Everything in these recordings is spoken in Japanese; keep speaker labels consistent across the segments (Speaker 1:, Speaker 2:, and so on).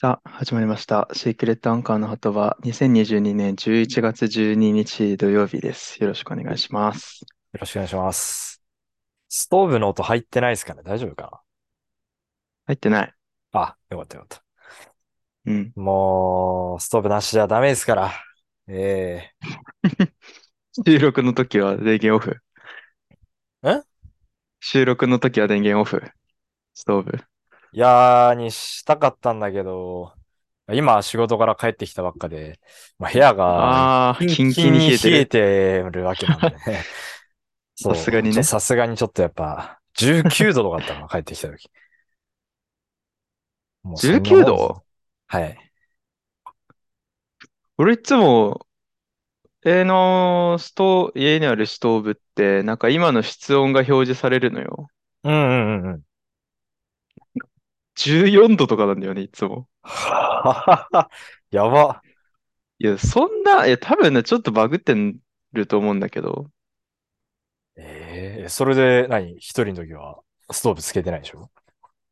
Speaker 1: さあ、始まりました。シークレットアンカーの鳩は2022年11月12日土曜日です。よろしくお願いします。
Speaker 2: よろしくお願いします。ストーブの音入ってないですかね大丈夫か
Speaker 1: 入ってない。
Speaker 2: なあ、よかったよかっ
Speaker 1: うん。
Speaker 2: た。もう、ストーブなしじゃダメですから。え
Speaker 1: 収録の時は電源オフ。
Speaker 2: えん
Speaker 1: 収録の時は電源オフ。ストーブ。
Speaker 2: いやーにしたかったんだけど、今仕事から帰ってきたばっかで、まあ、部屋が
Speaker 1: ああ、
Speaker 2: キン
Speaker 1: キン
Speaker 2: キ
Speaker 1: キ
Speaker 2: ン
Speaker 1: ン
Speaker 2: に
Speaker 1: に冷えて
Speaker 2: 冷え
Speaker 1: る。
Speaker 2: てるわけなんで ね。そ
Speaker 1: さ
Speaker 2: う。
Speaker 1: すがに
Speaker 2: ちょ
Speaker 1: ね。
Speaker 2: さすがにちょっとやっぱ、19度とかあったかな帰ってきた時。もうそん
Speaker 1: 19
Speaker 2: なもんです
Speaker 1: 度
Speaker 2: はい。
Speaker 1: 俺いつも、家のスト、家にあるストーブって、なんか今の室温が表示されるのよ。
Speaker 2: うんうんうんうん。
Speaker 1: 14度とかなんだよね、いつも。
Speaker 2: はははは。 やば。
Speaker 1: いや、そんな、いや、多分ね、ちょっとバグってると思うんだけど。
Speaker 2: ええそれで何、一人の時はストーブつけてないでしょ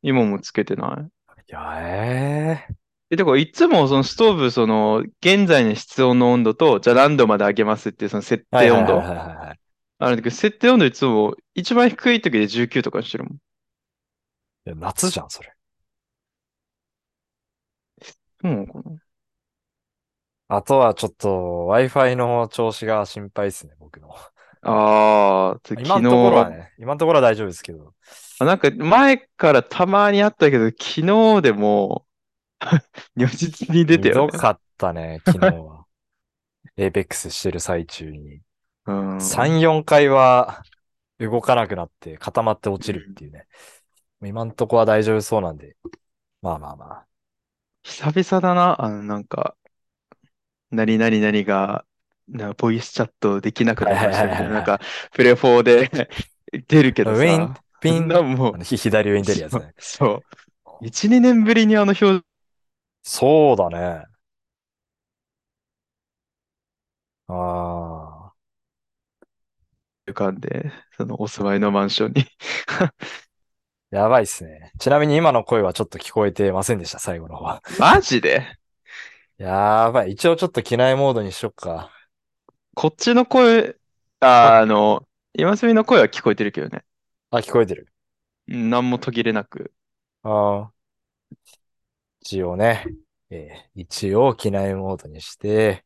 Speaker 1: 今もつけてない。
Speaker 2: いや、ええ
Speaker 1: え、てか、いつもそのストーブ、その、現在の室温の温度と、じゃあ何度まで上げますっていうその設
Speaker 2: はい
Speaker 1: 定
Speaker 2: はい
Speaker 1: 温
Speaker 2: は
Speaker 1: 度。
Speaker 2: いはいはいはい。
Speaker 1: あるんだけど、設定温度いつも、一番低い時で19とかしてるもん。
Speaker 2: いや、夏じゃん、それ。
Speaker 1: そうなのかな
Speaker 2: あとはちょっと Wi-Fi の調子が心配ですね、僕の。
Speaker 1: あー、つ昨
Speaker 2: 今
Speaker 1: 日
Speaker 2: のところは
Speaker 1: は、
Speaker 2: ね、今のところは大丈夫ですけど。
Speaker 1: あなんか前からたまにあったけど、昨日でも、 如実に出
Speaker 2: ひ
Speaker 1: てよ
Speaker 2: ど
Speaker 1: ね。
Speaker 2: かった ね、昨日は。APEX してる最中に。
Speaker 1: うん。
Speaker 2: 3、4回は動かなくなって固まって落
Speaker 1: う
Speaker 2: ちるっ
Speaker 1: ん
Speaker 2: ていうね。今のところは大丈夫そうなんで。まあまあまあ。
Speaker 1: 久々だな、あの、なんか、何々々が、な、ボイスチャットできなく
Speaker 2: は
Speaker 1: ないり
Speaker 2: はい
Speaker 1: まし
Speaker 2: は
Speaker 1: た
Speaker 2: い
Speaker 1: みたい
Speaker 2: はい
Speaker 1: な、
Speaker 2: は
Speaker 1: なん
Speaker 2: い。
Speaker 1: か、プレ4で 出るけ
Speaker 2: ウ
Speaker 1: ど
Speaker 2: ィン、
Speaker 1: さ、
Speaker 2: ピ
Speaker 1: そんな
Speaker 2: ン、
Speaker 1: んも
Speaker 2: あ
Speaker 1: う、
Speaker 2: の、ひ 左上に出るや
Speaker 1: そ
Speaker 2: つ
Speaker 1: う、
Speaker 2: ね。
Speaker 1: そう、1、2年ぶりにあの表
Speaker 2: そうだね。ああ。
Speaker 1: 情感で、そのお住まいのマンシ ョンに
Speaker 2: やばいっすね。ちなみに今の声はちょっと聞こえてませんでした、最後の方は。
Speaker 1: マジで
Speaker 2: やばい。一応ちょっと機内モードにしよっか。
Speaker 1: こっちの声、
Speaker 2: あ、
Speaker 1: あ、あの、今住みの声は聞こえてるけどね。
Speaker 2: あ、聞こえてる。
Speaker 1: うん何も途切れなく。
Speaker 2: ああ。一応ね。えー一応機内モードにして、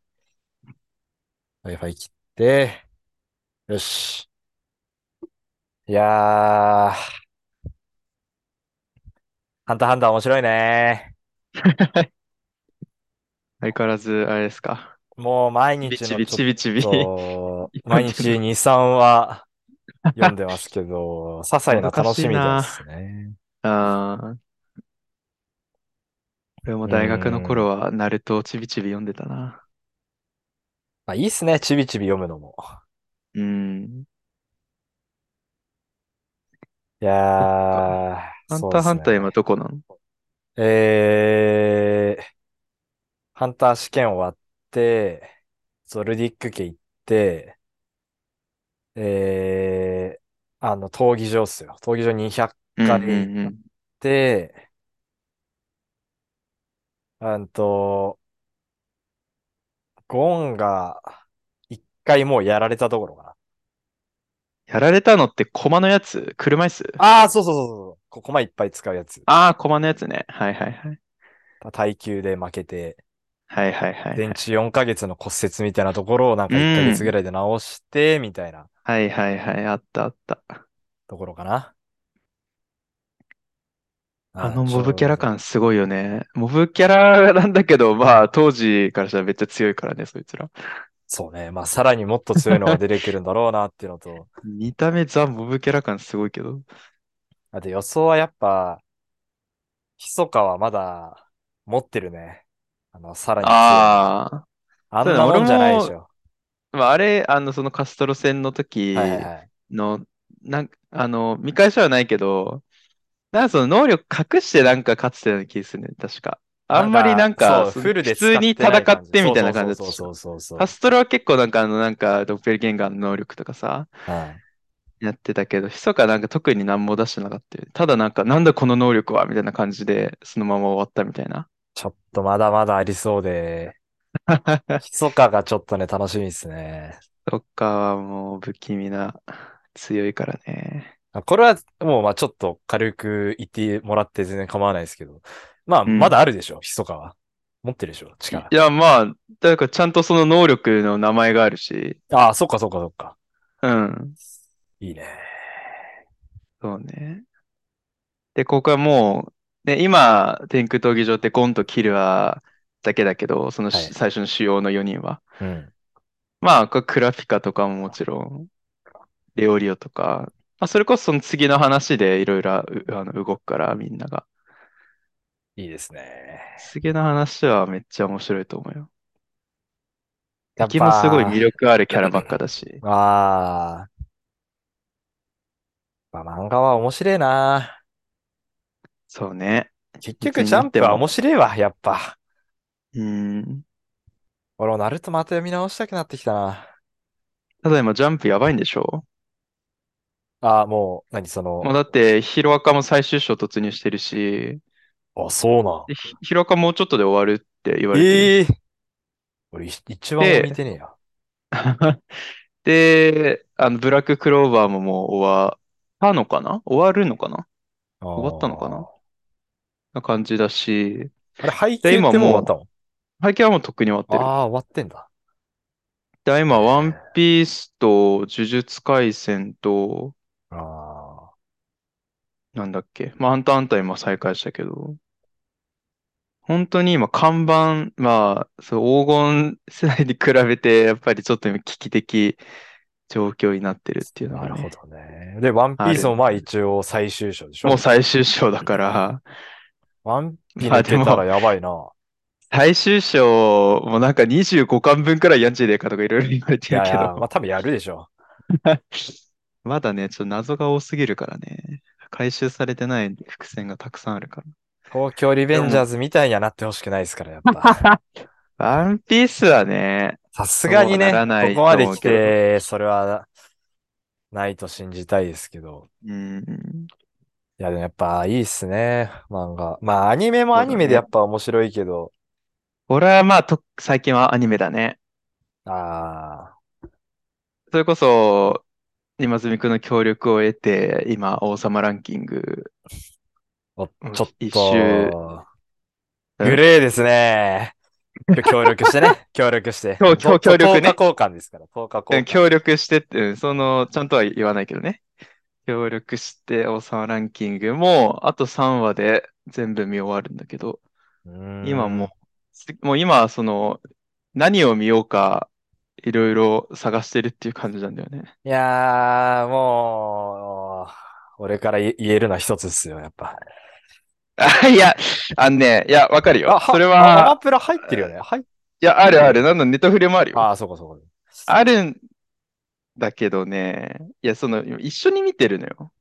Speaker 2: Wi-Fi 切って、よし。いやー、ハンターハンター面白いね。
Speaker 1: 相変わらず、あれですか。
Speaker 2: もう毎
Speaker 1: ちび
Speaker 2: 日
Speaker 1: ち
Speaker 2: の
Speaker 1: び
Speaker 2: ちょっ
Speaker 1: ちびちび
Speaker 2: と、
Speaker 1: いか
Speaker 2: 毎
Speaker 1: んけど。
Speaker 2: 日2、3話、読んでますけど、些細
Speaker 1: もど
Speaker 2: な
Speaker 1: か
Speaker 2: 楽
Speaker 1: し
Speaker 2: し
Speaker 1: い
Speaker 2: みで
Speaker 1: な。
Speaker 2: すね。
Speaker 1: あー俺も
Speaker 2: う
Speaker 1: 大学の
Speaker 2: ーん。
Speaker 1: 頃は、ナルトをちびちび読んでたな。
Speaker 2: まあ、いいっすね。ちびちび読むのも。
Speaker 1: うん。
Speaker 2: いや
Speaker 1: そっか。ハン
Speaker 2: ー、そう
Speaker 1: ターハ
Speaker 2: です
Speaker 1: ンター今
Speaker 2: ね。
Speaker 1: どこなの
Speaker 2: えー、ハンター試験終わって、ゾルディック家行って、えー、あの、闘技場っすよ。闘技場200
Speaker 1: うん
Speaker 2: 回
Speaker 1: う
Speaker 2: 行っ
Speaker 1: んうん。
Speaker 2: て、うんと、ゴンが一回もうやられたところかな。
Speaker 1: やられたのって駒のやつ車椅子
Speaker 2: ああ、そうそうそうそう。ここまいっぱい使うやつ。
Speaker 1: ああー、駒のやつね。はいはいはい。
Speaker 2: 耐久で負けて、
Speaker 1: はいはいはい
Speaker 2: 全
Speaker 1: はい。
Speaker 2: 治4ヶ月の骨折みたいなところをなん
Speaker 1: う
Speaker 2: か1ヶ月ぐ
Speaker 1: ん。
Speaker 2: らいで治して、みたいな
Speaker 1: はいはいはい。あったあった。
Speaker 2: ところかな。
Speaker 1: あ
Speaker 2: ああ、
Speaker 1: の
Speaker 2: ち
Speaker 1: モブキャラ
Speaker 2: ょ、
Speaker 1: 感すごいよね。モブキャラなんだけど、まあ当時からしたらめっちゃ強いからね、そいつら。
Speaker 2: そうね。まあ、さらにもっと強いのが出てくるんだろうなっていうの と、
Speaker 1: 見た目ザ・モブキャラ感すごいけど。
Speaker 2: あと予想はやっぱ、密かはまだ持ってるね。あの、さらに強いのを。
Speaker 1: ああ。
Speaker 2: あ
Speaker 1: そうんだね、
Speaker 2: な
Speaker 1: 俺
Speaker 2: もんじゃないでし
Speaker 1: も、
Speaker 2: ょ。
Speaker 1: まあ、あれ、あの、そのカストロ戦の
Speaker 2: はいはい
Speaker 1: 時
Speaker 2: はい。
Speaker 1: の、なん、あの、見返しはないけど、なんかその能力隠してなんか勝ってたような気がするね、確か。あ
Speaker 2: なん
Speaker 1: んまりな
Speaker 2: か、
Speaker 1: んか、
Speaker 2: そ
Speaker 1: そ
Speaker 2: う、フ
Speaker 1: の
Speaker 2: ル
Speaker 1: 普
Speaker 2: で
Speaker 1: 通
Speaker 2: 使っ
Speaker 1: に
Speaker 2: て
Speaker 1: 戦
Speaker 2: ない
Speaker 1: っ
Speaker 2: 感じ。
Speaker 1: てみ
Speaker 2: そう
Speaker 1: たい
Speaker 2: そ
Speaker 1: な
Speaker 2: うそ
Speaker 1: 感
Speaker 2: う
Speaker 1: じだったしか。
Speaker 2: そうそうそう
Speaker 1: カ
Speaker 2: そ
Speaker 1: ストロは結構なんかあの、なんか、ドッペルゲンガーの能力とかさ、
Speaker 2: う。はい。
Speaker 1: やってたけど、密かなんか特に何も出してなかったよね。ただなんか、なんだこの能力はみたいな感じで、そのまま終わったみたいな。
Speaker 2: ちょっとまだまだありそうで、密かがちょっとね、楽しみですね。
Speaker 1: そっかはもう不気味な、強いからね。
Speaker 2: あこれはもうまあちょっと軽く言ってもらって全然構わないですけど。まあ、
Speaker 1: うん
Speaker 2: まだあるでしょ、密かは。持ってるでしょ、力
Speaker 1: い。や、まあ、だからちゃんとその能力の名前があるし、
Speaker 2: ああ、そっかそっかそっか。
Speaker 1: うん、
Speaker 2: いいね。
Speaker 1: そうね。で、ここはもう、ね、今、天空闘技場ってゴンとキルアだけだけど、その
Speaker 2: はい
Speaker 1: 最初の主要の4人は。
Speaker 2: うん。
Speaker 1: まあ、これクラピカとかももちろん、レオリオとか、まあ、それこそその次の話でいろいろああの動くから、みんなが。
Speaker 2: いいですね。
Speaker 1: 次の話はめっちゃ面白いと思うよ。
Speaker 2: やっ
Speaker 1: 敵もすごい
Speaker 2: ぱ
Speaker 1: 魅力あるキャラばっかだし。
Speaker 2: ああ。まあ、漫画は面白いな。
Speaker 1: そうね。
Speaker 2: 結局、ジャンプは面白いわ、やっぱ。
Speaker 1: うん。
Speaker 2: 俺もナルトまた読み直したくなってきたな。
Speaker 1: ただ今ジャンプやばいんでしょ
Speaker 2: ああ、もう、何その
Speaker 1: もう、だって、ヒロアカも最終章突入してるし、
Speaker 2: あ、そうな
Speaker 1: でヒヒロアカもうちょっとで終わるって言わ
Speaker 2: ん。
Speaker 1: れてる。
Speaker 2: ええ俺、い一番
Speaker 1: で
Speaker 2: 見てねえや。
Speaker 1: で、あの、ブラッククローバーももう終わったのかな終わるのかな
Speaker 2: 終
Speaker 1: 終わったのかなな感じだし、
Speaker 2: あれ、配
Speaker 1: で
Speaker 2: 給
Speaker 1: 今
Speaker 2: ってもう
Speaker 1: も
Speaker 2: 終わ
Speaker 1: う
Speaker 2: ったの
Speaker 1: 背景はもうとっくに終わってる。
Speaker 2: ああ、終わってんだ。
Speaker 1: で、今、ワンピースと呪術廻戦と、
Speaker 2: ああ。
Speaker 1: なんだっけ、まあ、ハンターハンター今再開したけど、本当に今、看板、まあ、そう、黄金世代に比べて、やっぱりちょっと今危機的状況になってるっていうの
Speaker 2: な
Speaker 1: が
Speaker 2: る
Speaker 1: ね
Speaker 2: ほどね。で、ワンピースもまあ一応最終章でしょ
Speaker 1: もう最終章だから、
Speaker 2: ワンピ
Speaker 1: ま
Speaker 2: ー
Speaker 1: あ
Speaker 2: ス出
Speaker 1: でも
Speaker 2: たらやばいな。
Speaker 1: 最終章もなんか25巻分くらいやんちでえかとかいろいろ言われ
Speaker 2: い
Speaker 1: てる
Speaker 2: やい
Speaker 1: け
Speaker 2: や、ま
Speaker 1: ど、
Speaker 2: あ多分やるでしょ。
Speaker 1: まだね、ちょっと謎が多すぎるからね。回収されてない伏線がたくさんあるから。
Speaker 2: 東京リベンジャーズみたいにはなってほしくないですから、や っぱ。
Speaker 1: ワンピースはね、
Speaker 2: さすがにね、
Speaker 1: そうはならない
Speaker 2: ここまで来
Speaker 1: と思う
Speaker 2: て、それはないと信じたいですけど。
Speaker 1: うん、
Speaker 2: いや、でもやっぱいいっすね、漫画。まあアニメも
Speaker 1: そう
Speaker 2: ア
Speaker 1: だね
Speaker 2: ニメでやっぱ面白いけど、
Speaker 1: 俺はまあと、最近はアニメだね。
Speaker 2: あ
Speaker 1: それこそ、今住くんの協力を得て、今、王様ランキング、
Speaker 2: あ、
Speaker 1: うん
Speaker 2: ちょっ
Speaker 1: 一周
Speaker 2: と、グレーで すね。協力してね、協力して。
Speaker 1: 協協協力ね
Speaker 2: 10日交換ですから、10日交換。
Speaker 1: 協力してって、うんその、ちゃんとは言わないけどね。協力して、王様ランキングも、あと3話で全部見終わるんだけど、今もう、すもう今、その、何を見ようか、いろいろ探してるっていう感じなんだよね。
Speaker 2: いやー、もう、俺から言えるのは一つですよ、やっぱ。
Speaker 1: あ、 いや、あのね、いや、わかるよ。それ
Speaker 2: あア
Speaker 1: は
Speaker 2: マ、プラ入ってるよね。はい。
Speaker 1: いや、あるある。なんだ、ネタフレもあるよ。
Speaker 2: ああ、そうかそうか。
Speaker 1: あるんだけどね、いや、その、一緒に見てるのよ。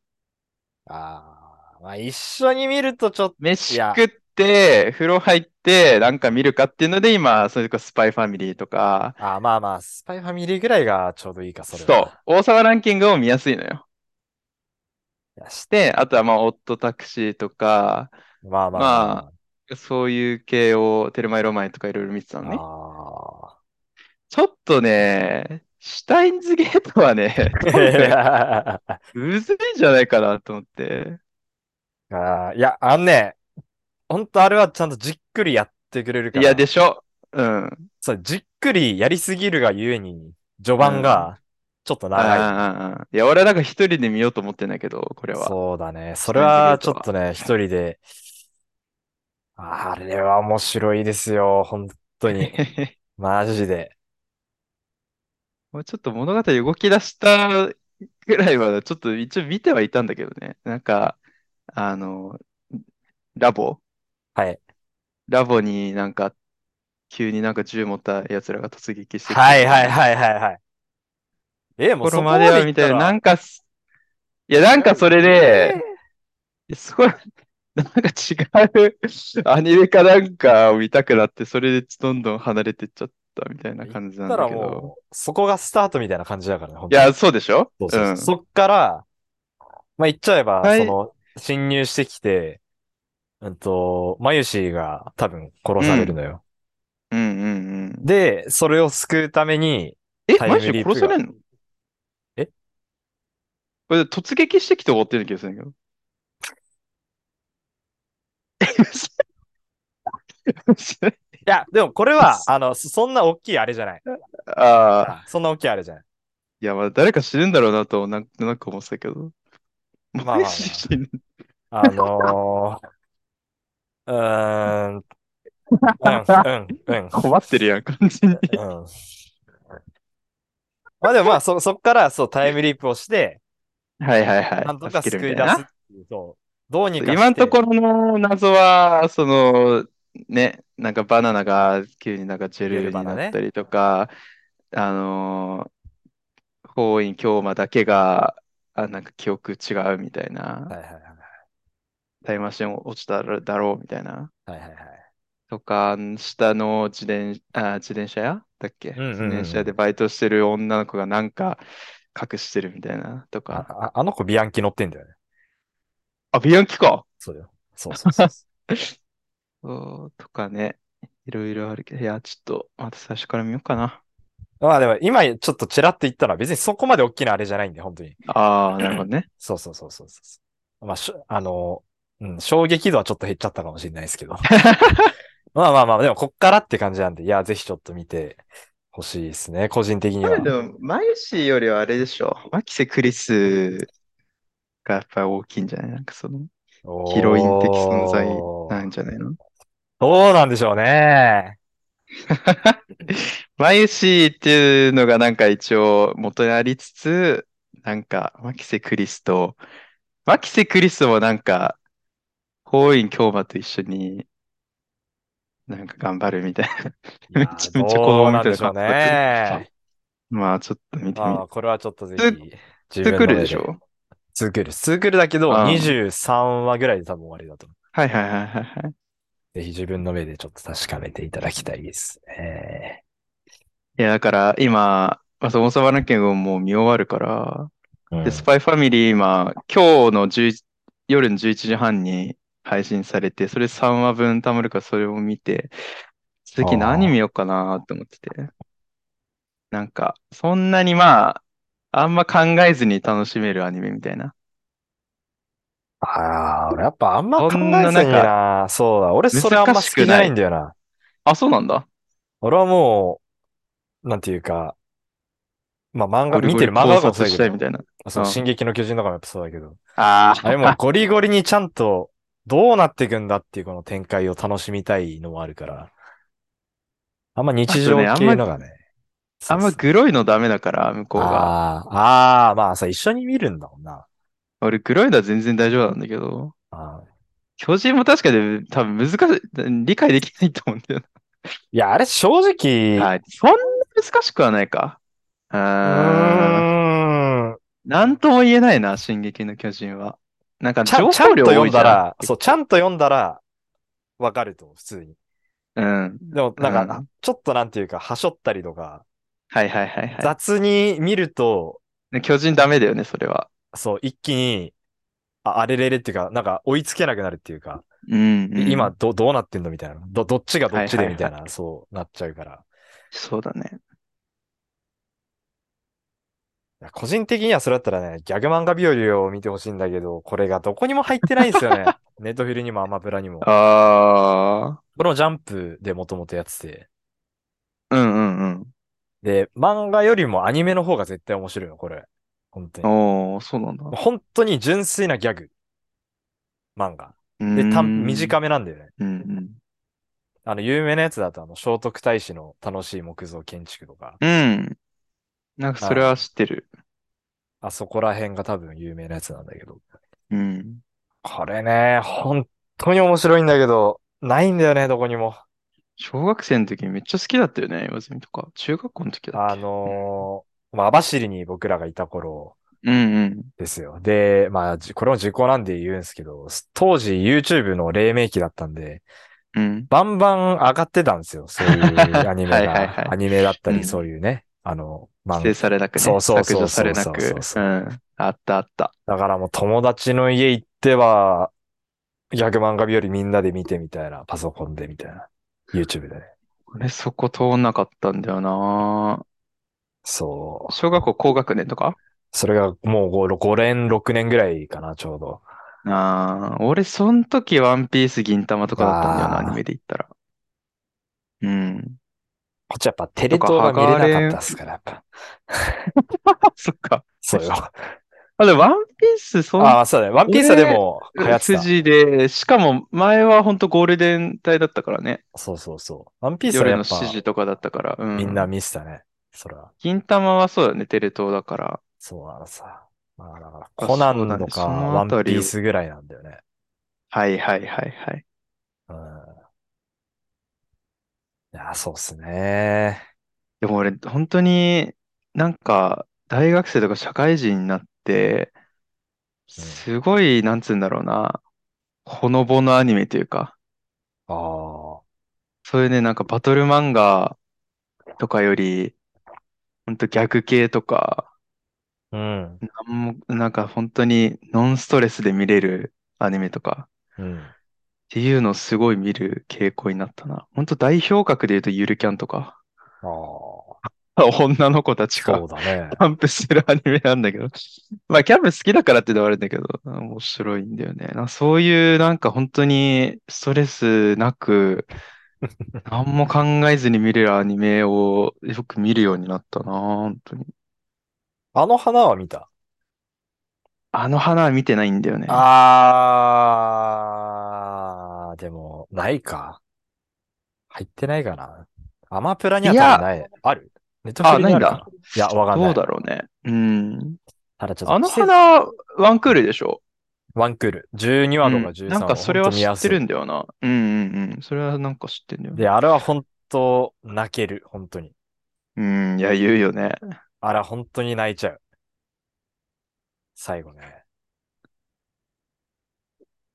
Speaker 2: ああ、まあ一緒に見るとちょっと、
Speaker 1: 飯
Speaker 2: いや
Speaker 1: 食って、風呂入って、なんか見るかっていうので、今、それこそスパイファミリーとか、
Speaker 2: ああ、まあまあ、スパイファミリーぐらいがちょうどいいか、それ
Speaker 1: そう
Speaker 2: は。、
Speaker 1: 大沢ランキングを見やすいのよ。
Speaker 2: いやし
Speaker 1: で、あとはまあ、オットタクシーとか、
Speaker 2: まあまあ
Speaker 1: まあそういう系を、テルマエロマエとかいろいろ見てた
Speaker 2: ま
Speaker 1: の
Speaker 2: あ
Speaker 1: ね。
Speaker 2: あ
Speaker 1: ちょっとね、シュタインズゲートは ね、ちょっとね
Speaker 2: あ。
Speaker 1: むずいんじゃないかなと思って。
Speaker 2: ああ、いや、あんね、ほんとあれはちゃんとじっくりやってくれるか
Speaker 1: いや、
Speaker 2: ら、
Speaker 1: でしょ。うん。
Speaker 2: そう、じっくりやりすぎるがゆえに、序盤がちょっと長い。
Speaker 1: ああ、いや、俺はなんか一人で見ようと思ってんだけど、これは。
Speaker 2: そうだね。そ
Speaker 1: タ
Speaker 2: れ
Speaker 1: インズゲー
Speaker 2: はち
Speaker 1: ト
Speaker 2: ょ
Speaker 1: は
Speaker 2: っとね、一人で、あれは面白いですよ。本当 に。マジで。
Speaker 1: もうちょっと物語動き出したぐらいは、ちょっと一応見てはいたんだけどね。なんか、あの、ラボ
Speaker 2: はい。
Speaker 1: ラボになんか、急になんか銃持った奴らが突撃してきて
Speaker 2: はいはいはいはいはい。え、もう
Speaker 1: とこ
Speaker 2: そ
Speaker 1: ろ
Speaker 2: こ
Speaker 1: ま
Speaker 2: ま
Speaker 1: で
Speaker 2: で
Speaker 1: は
Speaker 2: 行
Speaker 1: み
Speaker 2: った
Speaker 1: いな。
Speaker 2: ら
Speaker 1: なんかす、いや、なんかそれで、すごい、なんか違うアニメかなんかを見たくなって、それでどんどん離れてっちゃったみたいな感じなん
Speaker 2: た
Speaker 1: だ
Speaker 2: ら
Speaker 1: けど。
Speaker 2: もう、そこがスタートみたいな感じだからね、本
Speaker 1: い
Speaker 2: 当に
Speaker 1: や、そうでしょ
Speaker 2: そうそうそう
Speaker 1: うん
Speaker 2: そっから、まあ、言っちゃえば、
Speaker 1: はい
Speaker 2: その、侵入してきて、うんと、マユシーが多分殺されるのよ。
Speaker 1: うんうんうん。
Speaker 2: で、それを救うために、
Speaker 1: え、
Speaker 2: タイ
Speaker 1: マ
Speaker 2: ム
Speaker 1: ジで
Speaker 2: リープ
Speaker 1: 殺されんの
Speaker 2: え
Speaker 1: これ突撃してきて終わってる気がするんだけど。え嘘 嘘
Speaker 2: いや、でもこ れは、あの、そそんな大きいあれじゃない。
Speaker 1: ああ、
Speaker 2: そんな大きいあれじゃない。
Speaker 1: いや、まあ誰か死ぬんだろうなと、なんとなく思ってたけど。
Speaker 2: まあまあ
Speaker 1: マジで死ぬ
Speaker 2: あのー、 うーん、うん、うん、うん。
Speaker 1: 困ってるやん、完全に。
Speaker 2: うんまあでもまあそ、そっからそうタイムリープをして、
Speaker 1: はいはいはい。
Speaker 2: なんとか
Speaker 1: 助け
Speaker 2: 救
Speaker 1: る
Speaker 2: い
Speaker 1: み
Speaker 2: 出
Speaker 1: た
Speaker 2: す
Speaker 1: な
Speaker 2: っていう、そうどうにかして。
Speaker 1: 今のところの謎は、その、ね、なんかバナナが急になんかジェル
Speaker 2: ジェル
Speaker 1: に
Speaker 2: バナね
Speaker 1: なったりとか、あのー、法院京馬だけが、あ、なんか記憶違うみたいな、
Speaker 2: はいはいはい
Speaker 1: タイムマシン落ちただろうみたいな、
Speaker 2: はいはいはい。
Speaker 1: とか、下の自転、あ、自転車屋だっけ
Speaker 2: うんうんうん
Speaker 1: 自転車屋でバイトしてる女の子がなんか隠してるみたいな、と
Speaker 2: あ
Speaker 1: か。
Speaker 2: ああの子ビアンキ乗ってんだよね。
Speaker 1: あ、ビアンキか
Speaker 2: そうよ。そうそ うそうそ
Speaker 1: そうとかね、いろいろあるけど、いや、ちょっと、また最初から見ようかな。
Speaker 2: う。まあでも今ちょっとチラって言ったのは別にそこまで大きなあれじゃないんで、本当に。
Speaker 1: ああ、なるほどね。
Speaker 2: そうそうそうそうそうそう。まあ、しょあの、うん、衝撃度はちょっと減っちゃったかもしれないで すけど。まあまあまあ、でもこっからって感じなんで、いや、ぜひちょっと見てほしいですね、個人的には。
Speaker 1: でも、マユシーよりはあれでしょ。マキセ・クリスがやっぱり大きいんじゃないなんかその、ヒロイン的存在
Speaker 2: おー
Speaker 1: なんじゃないの
Speaker 2: どうなんでしょうね。
Speaker 1: マユシーっていうのがなんか一応元にありつつ、なんか、マキセ・クリスと、マキセ・クリスもなんか、法院京馬と一緒に、なんか頑張るみたい な。めちゃめちゃ子
Speaker 2: どう
Speaker 1: 供み
Speaker 2: な
Speaker 1: たい
Speaker 2: ん
Speaker 1: な
Speaker 2: でしょう
Speaker 1: 格好 してる
Speaker 2: ね。
Speaker 1: まあ、ちょっと見てみ
Speaker 2: ああ、これはちょっとぜ
Speaker 1: ツー
Speaker 2: ひ。
Speaker 1: てくるでしょ
Speaker 2: ツークール。ツークールだけど、
Speaker 1: うん
Speaker 2: 23話ぐらいで多分終わりだと思
Speaker 1: はいはいはいはいはい。
Speaker 2: う。ぜひ自分の目でちょっと確かめていただきたいですね。
Speaker 1: いや、だから今、まあ、そもそもランキングももう見終わるから、
Speaker 2: うん
Speaker 1: で、スパイファミリー今、今日の11夜の11時半に配信されて、それ3話分たまるからそれを見て、次何見ようかなと思ってて。なんか、そんなにまあ、あんま考えずに楽しめるアニメみたいな。
Speaker 2: ああ、俺やっぱあんま考えず
Speaker 1: そ
Speaker 2: に
Speaker 1: んな
Speaker 2: な。そうだ。俺それあんま好きじゃないんだよな。
Speaker 1: あ、そうなんだ。
Speaker 2: 俺はもう、なんていうか、まあ漫画、
Speaker 1: ゴリ
Speaker 2: 見
Speaker 1: ゴ
Speaker 2: て
Speaker 1: リ
Speaker 2: る漫画
Speaker 1: 考
Speaker 2: も
Speaker 1: 察
Speaker 2: そうだ
Speaker 1: した
Speaker 2: け
Speaker 1: いみ
Speaker 2: ど、
Speaker 1: たいな。
Speaker 2: そう、
Speaker 1: うん
Speaker 2: 進撃の巨人とかもやっぱそうだけど、
Speaker 1: あ
Speaker 2: あれもう ゴリゴリにちゃんとどうなっていくんだっていうこの展開を楽しみたいのもあるから、あんま日常
Speaker 1: あと
Speaker 2: 系
Speaker 1: ねあんま
Speaker 2: のがね、
Speaker 1: あ、あんま
Speaker 2: そう
Speaker 1: グロいのダメだから、向こ
Speaker 2: そう
Speaker 1: が。
Speaker 2: あーあー、まあさ、一緒に見るんだもんな。
Speaker 1: 俺、グロいのは全然大丈夫なんだけど。
Speaker 2: あー
Speaker 1: 巨人も確かに多分難しい、理解できないと思うんだよ
Speaker 2: いや、あれ正直、
Speaker 1: な。はい。そんな難しくはないか。う
Speaker 2: う
Speaker 1: ーん。
Speaker 2: ーん、
Speaker 1: なんとも言えないな、進撃の巨人は。なんか
Speaker 2: ちゃ
Speaker 1: 情
Speaker 2: ん、ちゃん
Speaker 1: 報
Speaker 2: と
Speaker 1: 量多
Speaker 2: 読
Speaker 1: い
Speaker 2: ん
Speaker 1: じゃ
Speaker 2: だ
Speaker 1: ん。
Speaker 2: ら、そう、ちゃんと読んだら、わかると、普通に。
Speaker 1: うん。
Speaker 2: でも、なん
Speaker 1: う
Speaker 2: か、ちょっとなんていうか、はしょったりとか、
Speaker 1: はいはいはいは
Speaker 2: 雑に見ると、
Speaker 1: い。巨人ダメだよね、それは。
Speaker 2: そう、一気に、ああれれれっていうか、なんか追いつけなくなるっていうか、
Speaker 1: うん、うん。
Speaker 2: 今。ど、どうなってんのみたいな。ど、どっちがどっち
Speaker 1: はい
Speaker 2: で
Speaker 1: はいはい
Speaker 2: みたいな、そうなっちゃうから。
Speaker 1: そうだね。
Speaker 2: いや個人的にはそれだったらね、ギャグ漫画日和を見てほしいんだけど、これがどこにも入ってないんですよね。 ネットフィルにもアマプラにも。こ
Speaker 1: あ
Speaker 2: れもジャンプでもともとやってて。
Speaker 1: ー。うんうん
Speaker 2: で、漫画よりもアニメの方が絶対面白いの、これ。本当
Speaker 1: うん。
Speaker 2: に。
Speaker 1: おー、そうなんだ。
Speaker 2: 本当に純粋なギャグ。漫画。で、
Speaker 1: うー
Speaker 2: 短、
Speaker 1: ん。
Speaker 2: 短めなんだよね。
Speaker 1: うんうん。
Speaker 2: あの、有名なやつだと、あの、聖徳太子の楽しい木造建築とか、
Speaker 1: うん。なんかそれは知ってる。
Speaker 2: あそこら辺が多分有名なやつなんだけど。
Speaker 1: うん。
Speaker 2: これね、本当に面白いんだけど、ないんだよね、どこにも。
Speaker 1: 小学生の時めっちゃ好きだったよね、岩住とか。中学校の時だっ
Speaker 2: あ
Speaker 1: け
Speaker 2: のー、まあ、網走に僕らがいた頃
Speaker 1: うんうん。
Speaker 2: ですよ。で、まあ、じこれも時効なんで言うんですけど、当時 YouTube の黎明期だったんで、
Speaker 1: うん。
Speaker 2: バンバン上がってたんですよ。そういうアニメ
Speaker 1: はいはいはい
Speaker 2: が。アニメだった
Speaker 1: う
Speaker 2: り、
Speaker 1: ん
Speaker 2: そういうね、あの、漫
Speaker 1: 規制
Speaker 2: 画
Speaker 1: されなくね、
Speaker 2: そうそう
Speaker 1: 削
Speaker 2: そう
Speaker 1: 除
Speaker 2: そ
Speaker 1: さ
Speaker 2: う
Speaker 1: れ
Speaker 2: そ
Speaker 1: な
Speaker 2: う
Speaker 1: く。
Speaker 2: そうそう
Speaker 1: うん。あったあった。
Speaker 2: だからもう友達の家行っては、逆漫画日よりみんなで見てみたいな、パソコンでみたいな、YouTube でね。
Speaker 1: 俺そこ通んなかったんだよな。
Speaker 2: そ
Speaker 1: 小学校高学年とか
Speaker 2: う。それがもう 5, 5年、6年ぐらいかな、ちょうど。
Speaker 1: ああ、俺そん時ワンピース銀魂とかだったんだよな、
Speaker 2: あ
Speaker 1: ア
Speaker 2: ー
Speaker 1: ニメで言ったら。 うん。
Speaker 2: こっちやっぱテレ東が見れなかったっすから、やっぱ。
Speaker 1: そっか。
Speaker 2: そうよ。
Speaker 1: あ、でもワンピースそん
Speaker 2: ああ、そうだね。ワンピースはでも流行って
Speaker 1: 筋で、しかも前は本当ゴールデン帯だったからね。
Speaker 2: た。そうそうそう。ワンピースは
Speaker 1: 夜
Speaker 2: や
Speaker 1: の
Speaker 2: っぱ
Speaker 1: 7時とかだったから。うん。
Speaker 2: みんな見せたね。そら、
Speaker 1: 銀魂はそうだよね、テレ東だから。
Speaker 2: そうなのさ。まあ、だから
Speaker 1: あ
Speaker 2: コナン
Speaker 1: そうだ
Speaker 2: と
Speaker 1: ね
Speaker 2: か
Speaker 1: その
Speaker 2: ワ
Speaker 1: あ
Speaker 2: ンピ
Speaker 1: たりを
Speaker 2: ースぐらいなんだよね。
Speaker 1: はいはいはいはい。
Speaker 2: うん。いや、そうっすね。
Speaker 1: でも俺、本当になんか、大学生とか社会人になって、
Speaker 2: うん
Speaker 1: すごい、なんつうんだろうな、ほのぼのアニメというか、
Speaker 2: ああ。
Speaker 1: そういうね、なんかバトル漫画とかより、ほんと逆系とか、
Speaker 2: うん。
Speaker 1: なんも、なんか本当にノンストレスで見れるアニメとか
Speaker 2: うん。
Speaker 1: っていうのをすごい見る傾向になったな。ほんと代表格で言うとゆるキャンとか、
Speaker 2: ああ。
Speaker 1: 女の子たちが
Speaker 2: そうだね。
Speaker 1: キャンプしてるアニメなんだけど。まあ、キャンプ好きだからってのはあるんだけど、面白いんだよね。なそういう、なんか本当にストレスな く、何も考えずに見れるアニメをよく見るようになったな、本当に。
Speaker 2: あの花は見た。
Speaker 1: あの花は見てないんだよね。
Speaker 2: ああ、でも、ないか。入ってないかな。アマプラには多分ない。あるネットフリにあるか
Speaker 1: あない
Speaker 2: な。いや、わかん
Speaker 1: ど
Speaker 2: な
Speaker 1: う
Speaker 2: い。
Speaker 1: だろうね。うん。
Speaker 2: ただちょっと
Speaker 1: あの
Speaker 2: 季節
Speaker 1: 花、ワンクールでしょ。
Speaker 2: ワンクール。12話と
Speaker 1: うん
Speaker 2: か13話。
Speaker 1: なんかそれは
Speaker 2: ほんと見
Speaker 1: 知
Speaker 2: や
Speaker 1: って
Speaker 2: すい
Speaker 1: るんだよな。うんうんうん。それはなんか知ってんだよね。
Speaker 2: で、あれは本当泣ける。本当に。
Speaker 1: うん、いや、言うよね。
Speaker 2: あれは本当に泣いちゃう。最後ね。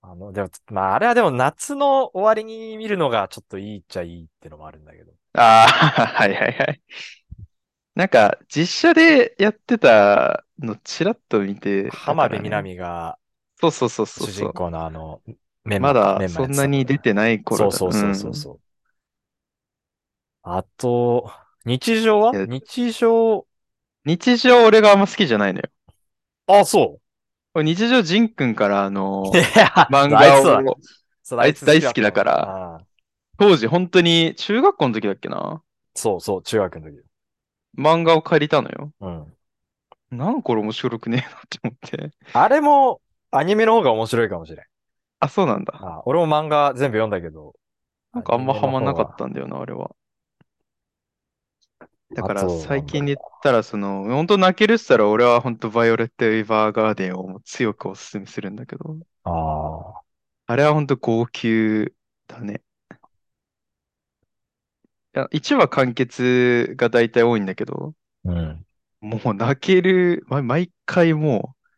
Speaker 2: あの、でも、まあ、あれはでも夏の終わりに見るのがちょっといいっちゃいいってのもあるんだけど。
Speaker 1: ああ、 はいはいはい。なんか、実写でやってたの、ちらっと見てた
Speaker 2: 浜辺
Speaker 1: から
Speaker 2: 美
Speaker 1: ね。
Speaker 2: 波が
Speaker 1: そうそうそうそう
Speaker 2: 主
Speaker 1: そ
Speaker 2: 人
Speaker 1: う。
Speaker 2: 公のあの、メン
Speaker 1: ま
Speaker 2: マ
Speaker 1: だ
Speaker 2: メンマ
Speaker 1: そんなに出てない
Speaker 2: やつ
Speaker 1: 頃だ。
Speaker 2: そうそうそうそうそう。あと、日常はい
Speaker 1: や
Speaker 2: 日
Speaker 1: う
Speaker 2: 常、
Speaker 1: ん日常俺があんま好きじゃないのよ。
Speaker 2: あ、そ
Speaker 1: 俺日常ジンくんからあ の
Speaker 2: う。い、や、
Speaker 1: 漫
Speaker 2: あいつは
Speaker 1: 画を、
Speaker 2: そう
Speaker 1: あいつ大好きだから
Speaker 2: あいつ好きだったわ。うん
Speaker 1: 当時本当に中学校の時だっけな
Speaker 2: そうそう、中学の時。
Speaker 1: 漫画を借りたのよ。
Speaker 2: うん。
Speaker 1: なんかこれ面白くねえなって思って。
Speaker 2: あれも、アニメの方が面白いかもしれん。
Speaker 1: あ、そうなんだ。
Speaker 2: あ俺も漫画全部読んだけど。。
Speaker 1: なんかあんまハマんなかったたんだよな、あれは。だから
Speaker 2: あと
Speaker 1: 最近で言ったら、その、本当泣けるっつったら俺は本当バイオレット・エヴァーガーデンをもう強くおすすめするんだけど、
Speaker 2: ああ。
Speaker 1: あれは本当号泣だね。いや、1話完結が大体多いんだけど、
Speaker 2: うん。
Speaker 1: もう泣ける、ま毎回もう